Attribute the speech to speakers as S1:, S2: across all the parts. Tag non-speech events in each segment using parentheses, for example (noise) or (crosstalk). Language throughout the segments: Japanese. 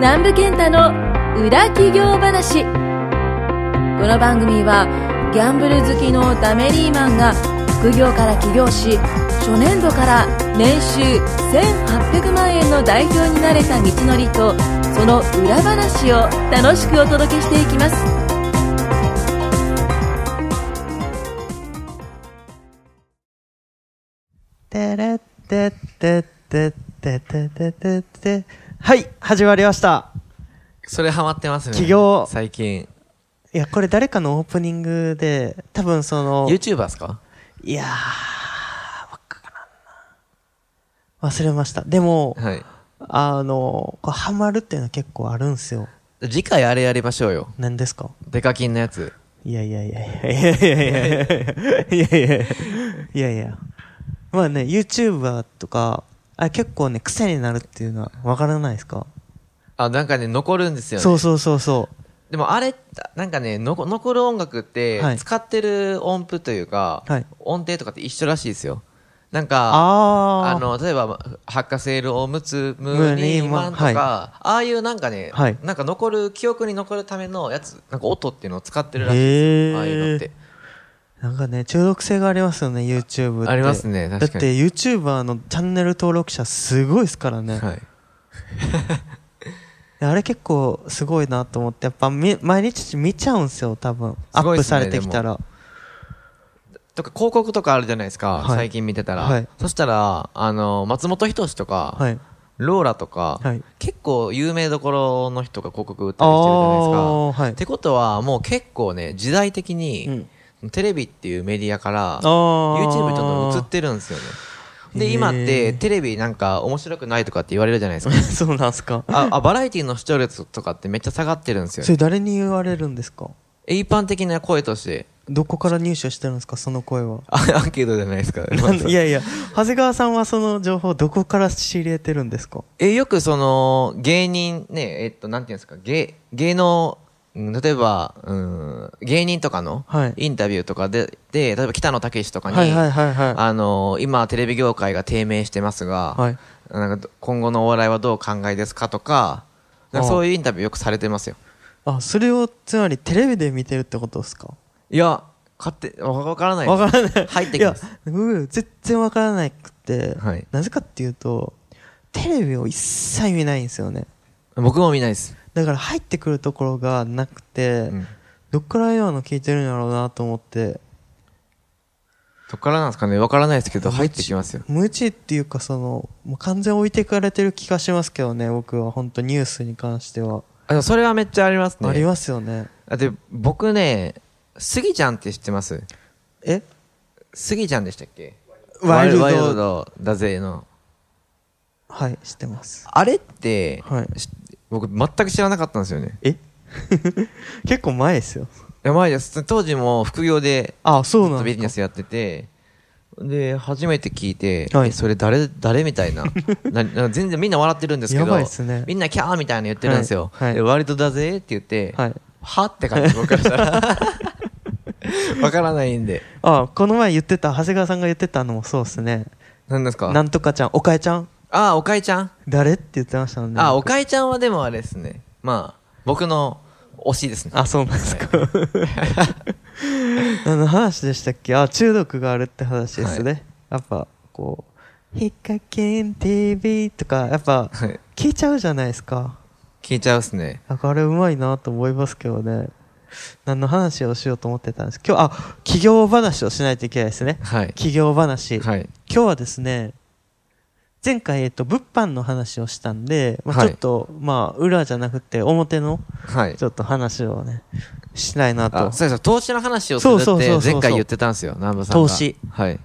S1: 南部健太の裏企業話この番組はギャンブル好きのダメリーマンが副業から起業し初年度から年収1800万円の代表になれた道のりとその裏話を楽しくお届けしていきます
S2: てれってってってってってってってって。はい、始まりました。
S3: それハマってますね。
S2: 起業
S3: 最近。
S2: いや、これ誰かのオープニングで、多分その、
S3: YouTuber ですか
S2: いやー、わからんな忘れました。でも、
S3: はい。
S2: あの、こうハマるっていうのは結構あるんすよ。
S3: 次回あれやりましょうよ。
S2: 何ですか
S3: デカキンのやつ。
S2: いやいやいやいやいやいやいやいやいやいやいやいやいや。まあね、YouTuber とか、あ結構ね、癖になるっていうのはわからないですか
S3: (laughs) あ、なんかね、残るんですよね。
S2: そうそうそうそう。
S3: でもあれ、なんかね、のこ残る音楽って、
S2: はい
S3: 使ってる音符というか、
S2: はい
S3: 音程とかって一緒らしいですよ。なんか、
S2: あー
S3: あの、例えば、ハッカセールオムツムーニーマンとか、
S2: ムーニーマンはい
S3: ああいうなんかね、
S2: はい
S3: なんか残る、記憶に残るためのやつ、なんか音っていうのを使ってるらしいです
S2: へ
S3: よ。ああいうのって。
S2: なんかね、中毒性がありますよね、YouTube って。
S3: ありますね確かに
S2: だって YouTuber のチャンネル登録者すごいですからね。
S3: はい。
S2: あれ結構すごいなと思って、やっぱみ毎日見ちゃうんすよ、多分。アップされてきたら。
S3: とか広告とかあるじゃないですか、
S2: はい
S3: 最近見てたら、
S2: はい
S3: そしたらあの松本人志とか、
S2: はい。
S3: ローラとか、
S2: はい
S3: 結構有名どころの人が広告売った
S2: あ
S3: りしてるじゃないですか、
S2: ー、はい
S3: っ。てことはもう結構ね時代的
S2: う
S3: に
S2: ん、
S3: テレビっていうメディアから
S2: あー
S3: YouTube にちょっと映ってるんですよね
S2: へー
S3: で今ってテレビなんか面白くないとかって言われるじゃないで
S2: (laughs)
S3: すか
S2: そうなんす
S3: (laughs)
S2: か。
S3: ああバラエティの視聴率とかってめっちゃ下がってるんですよ
S2: そ
S3: ね
S2: れ誰に言われるんですか
S3: 一般的な声として
S2: どこから入手してるんですか、その声は。
S3: あアンケートじゃないですか
S2: なん (laughs) でいやいや、長谷川さんはその情報どこから仕入れてるんですか
S3: え、よくその、芸人ね、えっと、なんていうんですか、芸、芸能、うん例えば、うん、芸人とかの
S2: はい
S3: インタビューとかで、で、例えば北野武とかに、
S2: はいはいはいは
S3: あの、今テレビ業界が低迷してますが、
S2: い。はい。
S3: なんか今後のお笑いはどうお考えですかとか、なんか
S2: ああ
S3: そういうインタビューよくされてますよ。
S2: あ、それを、つまりテレビで見てるってことですか
S3: いや、勝手、わわからないです。
S2: わからない。
S3: 入ってきます
S2: い。や、僕、全然わからなくて、
S3: はい
S2: なぜかっていうと、テレビを一切見ないんですよね。
S3: 僕も見ないです。
S2: だから入ってくるところがなくて、
S3: うん。
S2: どっから今の聞いてるんだろうなと思って、
S3: どっからなんですかねわからないですけど、入ってきますよ。
S2: 無知っていうかその、もう完全に置いてかれてる気がしますけどね、僕は本当ニュースに関しては。
S3: あでもそれはめっちゃありますね。
S2: ありますよね。
S3: だって僕ね、スギちゃんって知ってます
S2: え
S3: スギちゃんでしたっけ
S2: ワイルド
S3: ワイルドだぜの。
S2: はい、知ってます。
S3: あれって、
S2: はい。
S3: し僕全く知らなかったんですよね。
S2: え (laughs) 結構前ですよ。
S3: やばいです。当時も副業で
S2: あ、そうなん
S3: ビジ
S2: で
S3: ネ
S2: す
S3: スやってて、で、初めて聞いて、
S2: はい
S3: えそれ誰、誰み
S2: (laughs)
S3: たいなななんか全然みんな笑ってるんですけど、
S2: やばいっすね
S3: みんなキャーみたいなの言ってるんですよ。
S2: はいはい
S3: でワイルドだぜって言って、
S2: か。はい。
S3: はって感じ、僕からし
S2: (laughs)
S3: たら。わからないんで。
S2: あ、この前言ってた、長谷川さんが言ってたのもそうですね。
S3: 何ですか
S2: なんとかちゃん、おかえちゃん
S3: ああ、おかえちゃん
S2: 誰って言ってましたもんね。
S3: あ、おかえちゃんはでもあれですね。まあ、僕の推しですね。
S2: あ、そうなんですか。あの話でしたっけあ、中毒があるって話ですね。やっぱ、こう、ヒカキン TV とか、やっぱ、
S3: はい。
S2: 聞いちゃうじゃないですか。
S3: 聞いちゃうっすね。
S2: なんかあれうまいなと思いますけどね。何の話をしようと思ってたんです今日、あ、企業話をしないといけないですね。
S3: はい。
S2: 企業話。
S3: はい。
S2: 今日はですね、前回、えっと、物販の話をしたんで、まあ、
S3: は
S2: ち
S3: い
S2: ょっと、まあ、裏じゃなくて、表の、
S3: はい
S2: ち。ょっと話をね、したいなと
S3: あ、。そうそう、投資の話をする
S2: そう
S3: っ
S2: そうそうそ
S3: て
S2: う
S3: 前回言ってたんですよ、南部さんが。
S2: 投資。
S3: はい。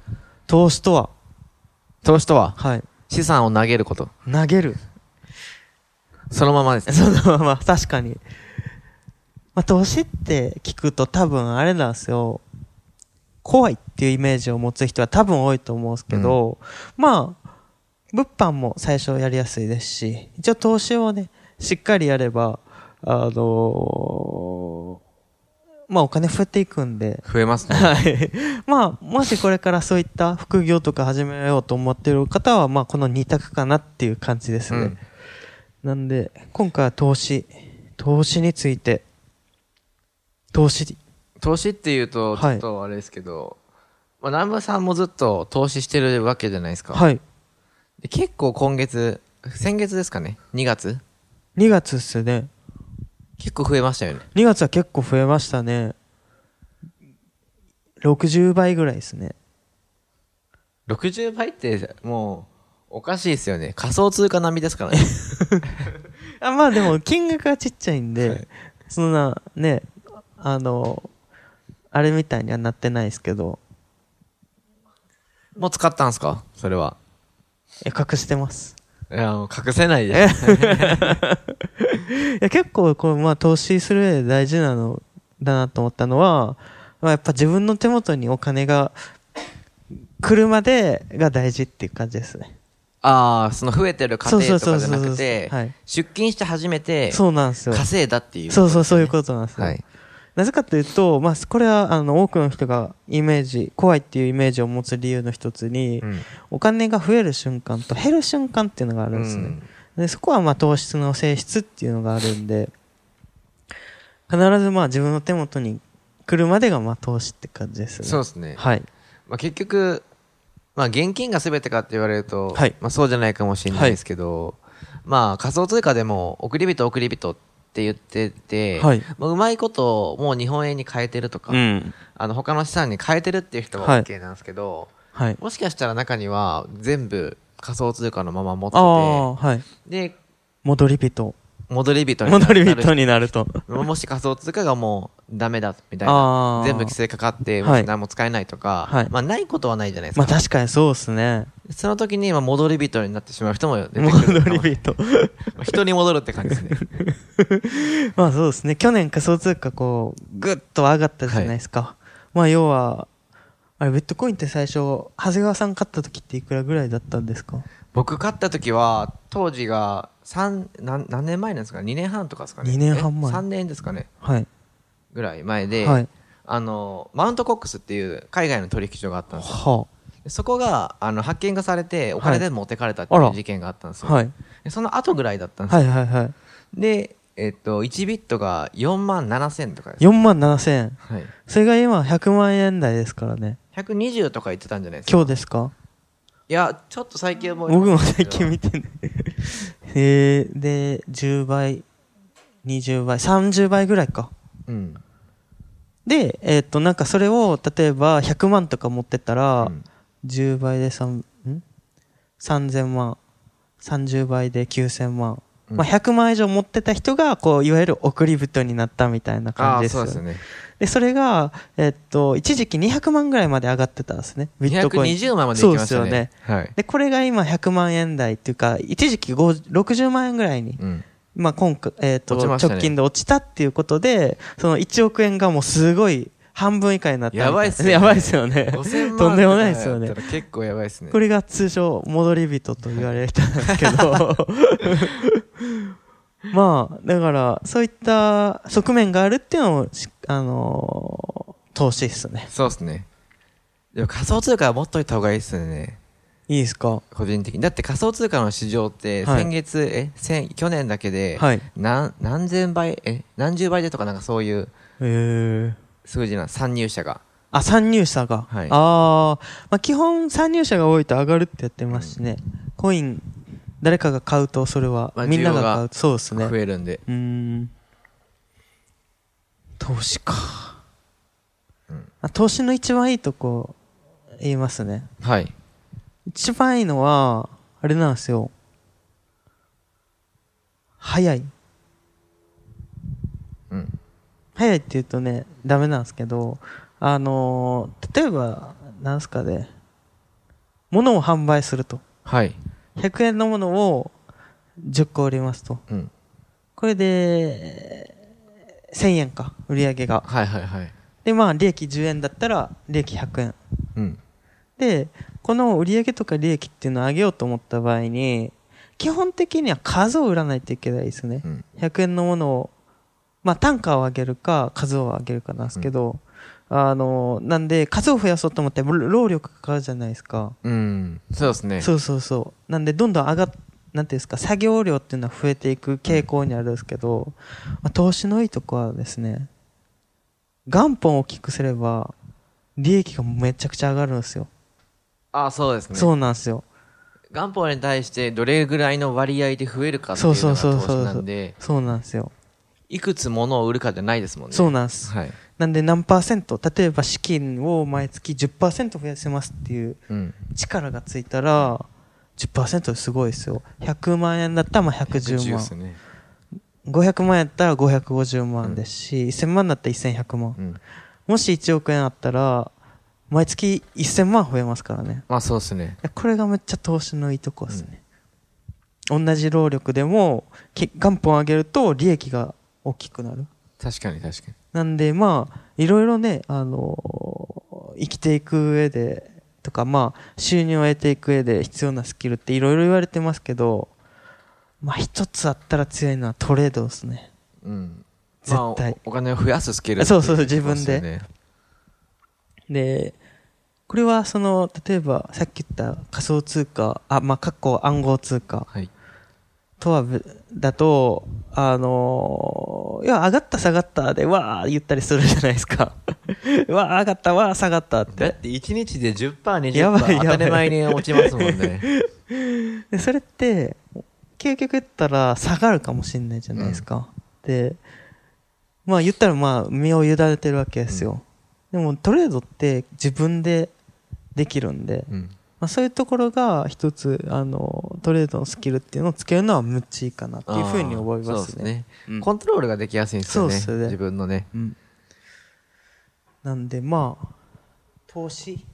S2: 投資とは、
S3: 投資とは、
S2: はい、
S3: 資産を投げること。
S2: 投げる。
S3: そのままで
S2: (laughs)
S3: す。
S2: そのまま、確かに。まあ、投資って聞くと多分あれなんですよ。怖いっていうイメージを持つ人は多分多いと思うんですけど、まあ、物販も最初やりやすいですし、一応投資をね、しっかりやれば、あのーまあお金増えていくん (laughs) で、
S3: 増えますね。
S2: はい。まあ、もしこれからそういった副業とか始めようと思ってる方は、まあ、この二択かなっていう感じですね。
S3: うん
S2: なんで、今回は投資、投資について、投資、
S3: 投資っていうと、ち
S2: は
S3: ょ
S2: い
S3: っとあれですけど、まあ、南波さんもずっと投資してるわけじゃないですか。
S2: はい。
S3: で結構今月、先月ですかね ?2 月
S2: 2月っすね。
S3: 結構増えましたよね。
S2: 2月は結構増えましたね。60倍ぐらいですね。
S3: 60倍って、もう、おかしいですよね。仮想通貨並みですからね。
S2: (laughs) あまあで
S3: (laughs)
S2: も、金額がちっちゃいんで、
S3: はい
S2: そんな、ね、あの、あれみたいにはなってないですけど、
S3: もう使ったんすかそれは。
S2: え隠してます。
S3: いや、もう隠せないで
S2: いや結構こう、まあ、投資する上で大事なのだなと思ったのは、まあ、やっぱ自分の手元にお金が来るまでが大事っていう感じですね。
S3: (laughs) ああ、その増えてる過程とかじゃな
S2: そうそうそうそう
S3: く
S2: そう
S3: て
S2: はい、
S3: 出勤して初めて、
S2: そうなんですよ。
S3: 稼いだっていう。
S2: そうそう、そういうことなんですよ。
S3: はい。
S2: なぜかというと、まあ、これはあの多くの人がイメージ、怖いっていうイメージを持つ理由の一つに、
S3: うん
S2: お金が増える瞬間と減る瞬間っていうのがあるんですね。でそこはまあ糖質の性質っていうのがあるんで必ずまあ自分の手元に来るまでがまあ投資って感じですね
S3: そうですね。
S2: はい
S3: まあ、結局、まあ、現金が全てかって言われると、
S2: はい
S3: まあ、そうじゃないかもしれないですけど、まあ、仮想通貨でも送り人送り人って言ってて、
S2: はい
S3: まあ、うまいことをもう日本円に変えてるとか、
S2: ん
S3: あの他の資産に変えてるっていう人が
S2: はい
S3: OK なんですけど、
S2: はい
S3: もしかしたら中には全部仮想通貨のまま持
S2: あ
S3: っ
S2: あはい
S3: ててで
S2: 戻り人
S3: 戻り人になる
S2: 戻り人になると
S3: もし仮想通貨がもうダメだみたい
S2: あ
S3: な
S2: ー
S3: 全部規制かかって
S2: はい
S3: 何も使えないとか、
S2: はい
S3: まあ、ないことはないじゃないですか
S2: まあ確かにそうですね
S3: その時に、まあ、戻り人になってしまう人も出てくる
S2: 戻
S3: かも
S2: り人
S3: まあ人に戻るって感じですね。
S2: (laughs) まあそうですね去年仮想通貨こうグッと上がったじゃないですか、まあ要はあれビットコインって最初長谷川さん買った時っていくらぐらいだったんですか
S3: 僕買った時は、当時が、三何、何年前なんですか ?2 年半とかですかね。
S2: 二年半前
S3: 3年ですかね。
S2: はい、
S3: ぐらい前で、
S2: はい
S3: あの、マウントコックスっていう海外の取引所があったんですよ。
S2: は
S3: そこが、あの、ハッキングされて、お金で持ってかれたって
S2: はい
S3: い
S2: あ
S3: う
S2: ら
S3: 事件があったんです
S2: あ
S3: よ。
S2: はい
S3: でその後ぐらいだったんですよ。
S2: はいはいはい
S3: で、えっと、1ビットが4万7千とかです。
S2: 4万7千円。
S3: はい。
S2: それが今100万円台ですからね。
S3: 120とか言ってたんじゃないですか。
S2: 今日ですか
S3: いや、ちょっと最近も
S2: 僕も最近見てね。 (laughs) えー、で、10倍、20倍、30倍ぐらいか。
S3: うん。
S2: で、えーっと、なんかそれを、例えば100万とか持ってったら、
S3: うん
S2: 10倍で3、ん ?3000 万。30倍で9000万。
S3: うん
S2: まあ、100万以上持ってた人が、こう、いわゆる送り人になったみたいな
S3: あ
S2: 感
S3: あ
S2: じ
S3: ー、
S2: です
S3: そ
S2: よ
S3: うで
S2: ね
S3: す。ね。
S2: で、それが、えっと、一時期200万ぐらいまで上がってたんですね。ビットコイン。
S3: 220万まで行きました
S2: そうで
S3: ね。はい。
S2: で、これが今100万円台っていうか、一時期50 60万円ぐらいに、
S3: うん。
S2: まあ今回、えっと、
S3: 落ちましたね
S2: 直近で落ちたっていうことで、その1億円がもうすごい半分以下になったみた
S3: やばいっすよね
S2: やばいっすよね。
S3: 5000万
S2: (laughs) とんでもないですよね
S3: だったら結構やばいですね。
S2: これが通称、戻り人と言われる人なんですけ
S3: (laughs)
S2: ど。まあ、だから、そういった側面があるっていうのもし、あのー投資ですね。
S3: そうですね。でも仮想通貨は持っといた方がいいですよね。
S2: いいですか
S3: 個人的に。だって仮想通貨の市場って、
S2: はい
S3: 先月、え、先、去年だけで、
S2: はい
S3: 何、何千倍、え、何十倍でとかなんかそういう
S2: へー
S3: 数字な、参入者が。
S2: あ、参入者が。
S3: はい
S2: ああ、まあ基本参入者が多いと上がるってやってますしね。コイン、誰かが買うとそれは、
S3: まあ
S2: みんなが
S3: 需要が
S2: 買うと、そうですね。
S3: 増
S2: う
S3: えるんで。
S2: ーん。投資か。あ投資の一番いいとこ言いますね。
S3: はい。
S2: 一番いいのは、あれなんですよ。早い。
S3: うん。
S2: 早いって言うとね、ダメなんですけど、あのー例えば、なんすかね、物を販売すると。
S3: はい。
S2: 100円のものを10個売りますと。
S3: うん。
S2: これで、えー1000円か、売り上げが。
S3: はいはいはい。
S2: で、まあ、利益10円だったら、利益100円。
S3: うん。
S2: で、この売り上げとか利益っていうのを上げようと思った場合に、基本的には数を売らないといけないですね。
S3: うん。
S2: 100円のものを、まあ、単価を上げるか数を上げるかなんですけど、あのなんで数を増やそうと思って労労力かかるじゃないですか、
S3: うん。そうですね。
S2: そうそうそうなんでどんどん上がなんていうんですか、作業量っていうのは増えていく傾向にあるんですけど、まあ、投資のいいとこはですね、元本を大きくすれば、利益がめちゃくちゃ上がるんですよ。
S3: あそうですね
S2: そうなんですよ。
S3: 元本に対してどれぐらいの割合で増えるかっていう
S2: そ
S3: の
S2: う
S3: が
S2: そうそうそ
S3: 投資
S2: う
S3: な
S2: そ
S3: ん
S2: う
S3: で。
S2: そうなんですよ。
S3: いくつものを売るかじゃないですもんね
S2: そうなんです。
S3: はい、
S2: なんで何パーセント例えば資金を毎月10%増やせますっていう
S3: うん、
S2: 力がついたら10%すごいですよ100万円だったらまあ110
S3: 110っ
S2: 万
S3: すね、
S2: 500万円だったら550万ですし、1000万だったら1100万、
S3: うん、
S2: もし1億円あったら毎月1000万増えますからね
S3: まあそうですね
S2: いやこれがめっちゃ投資のいいとこですね、同じ労力でもけ元本上げると利益が大きくなる
S3: 確かに確かに
S2: なんで、まあ、いろいろね、あの生きていく上で、とか、まあ、収入を得ていく上で必要なスキルっていろいろ言われてますけど、まあ、一つあったら強いのはトレードですね。
S3: うん
S2: 絶対
S3: まあおお金を増やすスキル
S2: そうそうそう
S3: って言いますよね
S2: で、これは、その、例えば、さっき言った仮想通貨、あ、まあ、かっこ暗号通貨
S3: はい
S2: とはぶ、だと、あのいや、上がった下がったで、わー言ったりするじゃないですか。 (laughs) わー上がった、わー下がったって。
S3: だって1日で 10%20%
S2: やばいやばい
S3: 当たり前に落ちますもんね
S2: でそれって究極言ったら下がるかもしれないじゃないですか、でまあ言ったらまあ身を委ねてるわけですよ、でもトレードって自分でできるんで、
S3: うん
S2: まあ、そういうところが一つあのトレードのスキルっていうのをつけるのはむっちいいかなっていうふうに思い
S3: あー
S2: ま
S3: そうですす
S2: ね
S3: ね、
S2: うん
S3: コントロールができやすいんですよね
S2: そうっすね
S3: 自分のね
S2: うんなんでまあ投資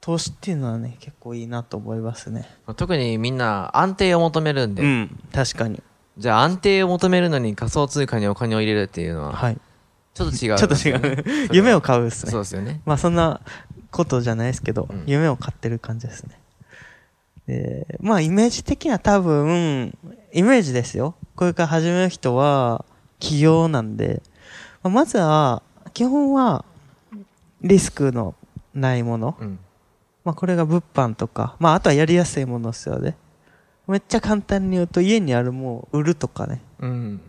S2: 投資っていうのはね結構いいなと思いますね
S3: 特にみんな安定を求めるんで、
S2: ん確かに
S3: じゃあ安定を求めるのに仮想通貨にお金を入れるっていうのは
S2: はい
S3: ちょっと違う、
S2: ちょっと違
S3: (laughs)
S2: う。夢を買うです
S3: そう
S2: ね。
S3: ですよね
S2: まあそんなことじゃないですけど、
S3: うん
S2: 夢を買ってる感じですね。で、まあイメージ的には多分、イメージですよ。これから始める人は、起業なんで、まあまずは、基本は、リスクのないもの。
S3: うん
S2: まあこれが物販とか、まああとはやりやすいものですよね。めっちゃ簡単に言うと、家にあるもう売るとかね。
S3: うん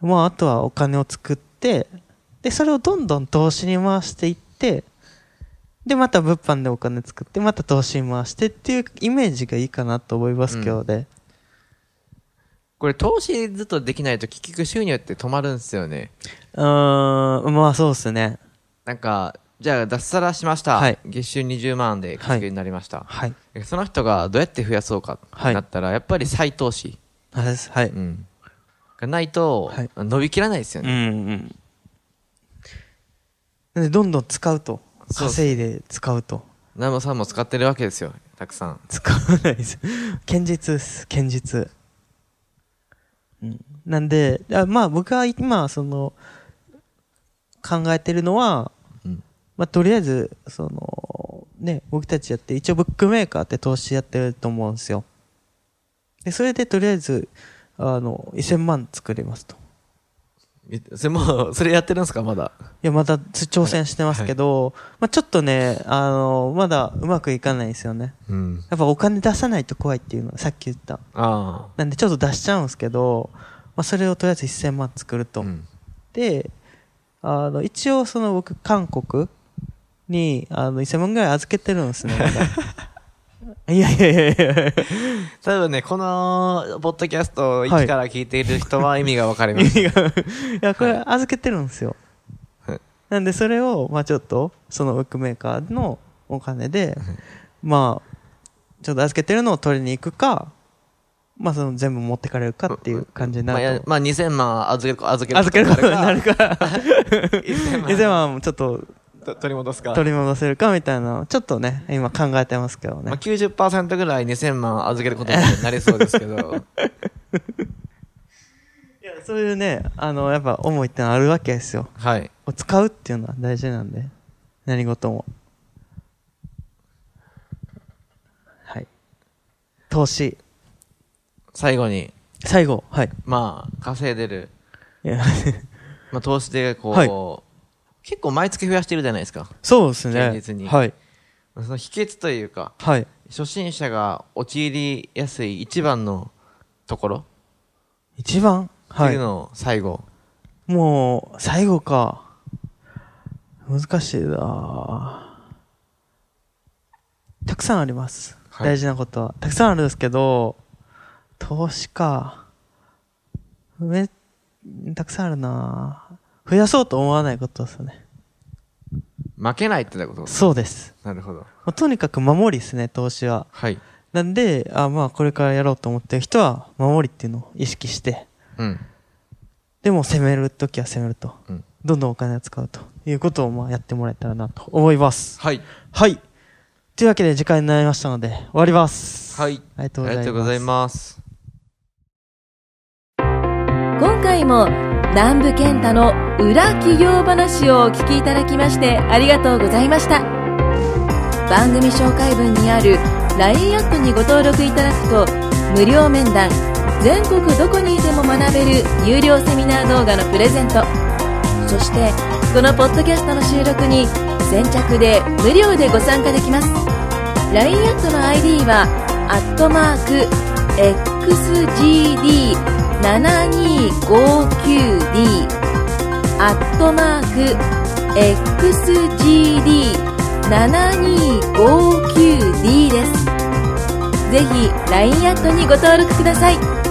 S2: まあ、あとはお金を作って、で、それをどんどん投資に回していって、で、また物販でお金作って、また投資に回してっていうイメージがいいかなと思います、
S3: うん
S2: 今日で。
S3: これ投資ずっとできないと結局収入って止まるんですよね
S2: うーん、まあそうですね。
S3: なんかじゃあ脱サラしました、
S2: はい
S3: 月収20万で稼ぎになりました、
S2: はい。
S3: その人がどうやって増やそうかってなったら、やっぱり再投資、
S2: あれです。はい。うん
S3: うん、がないと、
S2: はい
S3: 伸びきらないですよ
S2: う
S3: ね、
S2: ん。なんで、どんどん使うと。
S3: そうです
S2: 稼いで使うと。
S3: ナムさんも使ってるわけですよたくさん
S2: 使わないです。堅実です、堅実。うん、なんで、あまあ僕は今、その、考えてるのは、
S3: うん
S2: まあとりあえず、その、ね、僕たちやって、一応ブックメーカーって投資やってると思うんですよ。で、それでとりあえず、あの、1000万作れますと。
S3: それもうそれやってるんですかまだ
S2: いや、またつ挑戦してますけど、まあちょっとね、あの、まだうまくいかないんですよね。
S3: うん
S2: やっぱお金出さないと怖いっていうのはさっき言った。
S3: あ
S2: なんでちょっと出しちゃうんですけど、まあ、それをとりあえず1000万作る
S3: あ
S2: と。 (laughs)
S3: うん
S2: で、あの、一応その僕、韓国に、あの、1000万ぐらい預けてるんですね。ま
S3: (laughs)
S2: だいやいやいやいやい
S3: 多分ねこのポッドキャストを一から聞いている人は意味が分かります、
S2: や、これ預けてるんですよ
S3: はい。
S2: なんでそれを、まあちょっと、そのブックメーカーのお金で、まあちょっと預けてるのを取りに行くか、まあその全部持ってかれるかっていう感じ (laughs) にな
S3: まあ、
S2: る
S3: や
S2: と。
S3: まあ2000万預け預
S2: (laughs)
S3: け
S2: 預けることになる
S3: か
S2: から、
S3: 1000
S2: 1000万もちょっと
S3: と取り戻すか
S2: 取り戻せるかみたいなのをちょっとね今考えてますけど
S3: まあ、
S2: ね
S3: 90%ぐらい2000万預けることになりそうです
S2: (laughs)
S3: けど
S2: いやそういうねあのやっぱ思いってのはあるわけですよ
S3: はい
S2: 使うっていうのは大事なんで何事もはい投資
S3: 最後に
S2: 最後はい
S3: まあ稼いでる、
S2: いや (laughs)
S3: まあ、投資でこう、
S2: はい
S3: 結構毎月増やしてるじゃないですか
S2: そうですね
S3: 現実に
S2: はい
S3: その秘訣というか、
S2: はい。
S3: 初心者が陥りやすい一番のところ
S2: 一番
S3: って
S2: はい
S3: いう。のを最後。
S2: もう、最後か。難しいなたくさんあります。
S3: はい
S2: 大事なことは。たくさんあるんですけど、投資か。め、たくさんあるな増やそうと思わないことですよね。
S3: 負けないってこと
S2: そうです。
S3: なるほど。
S2: もうとにかく守りですね、投資は。
S3: はい。
S2: なんで、あまあ、これからやろうと思ってる人は、守りっていうのを意識して、
S3: うん。
S2: でも攻めるときは攻めると。
S3: うん。
S2: どんどんお金を使うということをまあやってもらえたらなと思います。
S3: はい。
S2: はい。というわけで時間になりましたので終わります。
S3: はい。
S2: ありがと
S3: あ
S2: うござ
S3: り
S2: い
S3: が
S2: ます。
S3: とうございま
S1: 今
S3: す。
S1: 回も南部健太の裏企業話をお聞きいただきましてありがとうございました番組紹介文にある LINE アップにご登録いただくと無料面談全国どこにいても学べる有料セミナー動画のプレゼントそしてこのポッドキャストの収録に先着で無料でご参加できます LINE アットの ID はアットマーク XGD7259D アットマーク XGD7259D ですぜひ LINE アットにご登録ください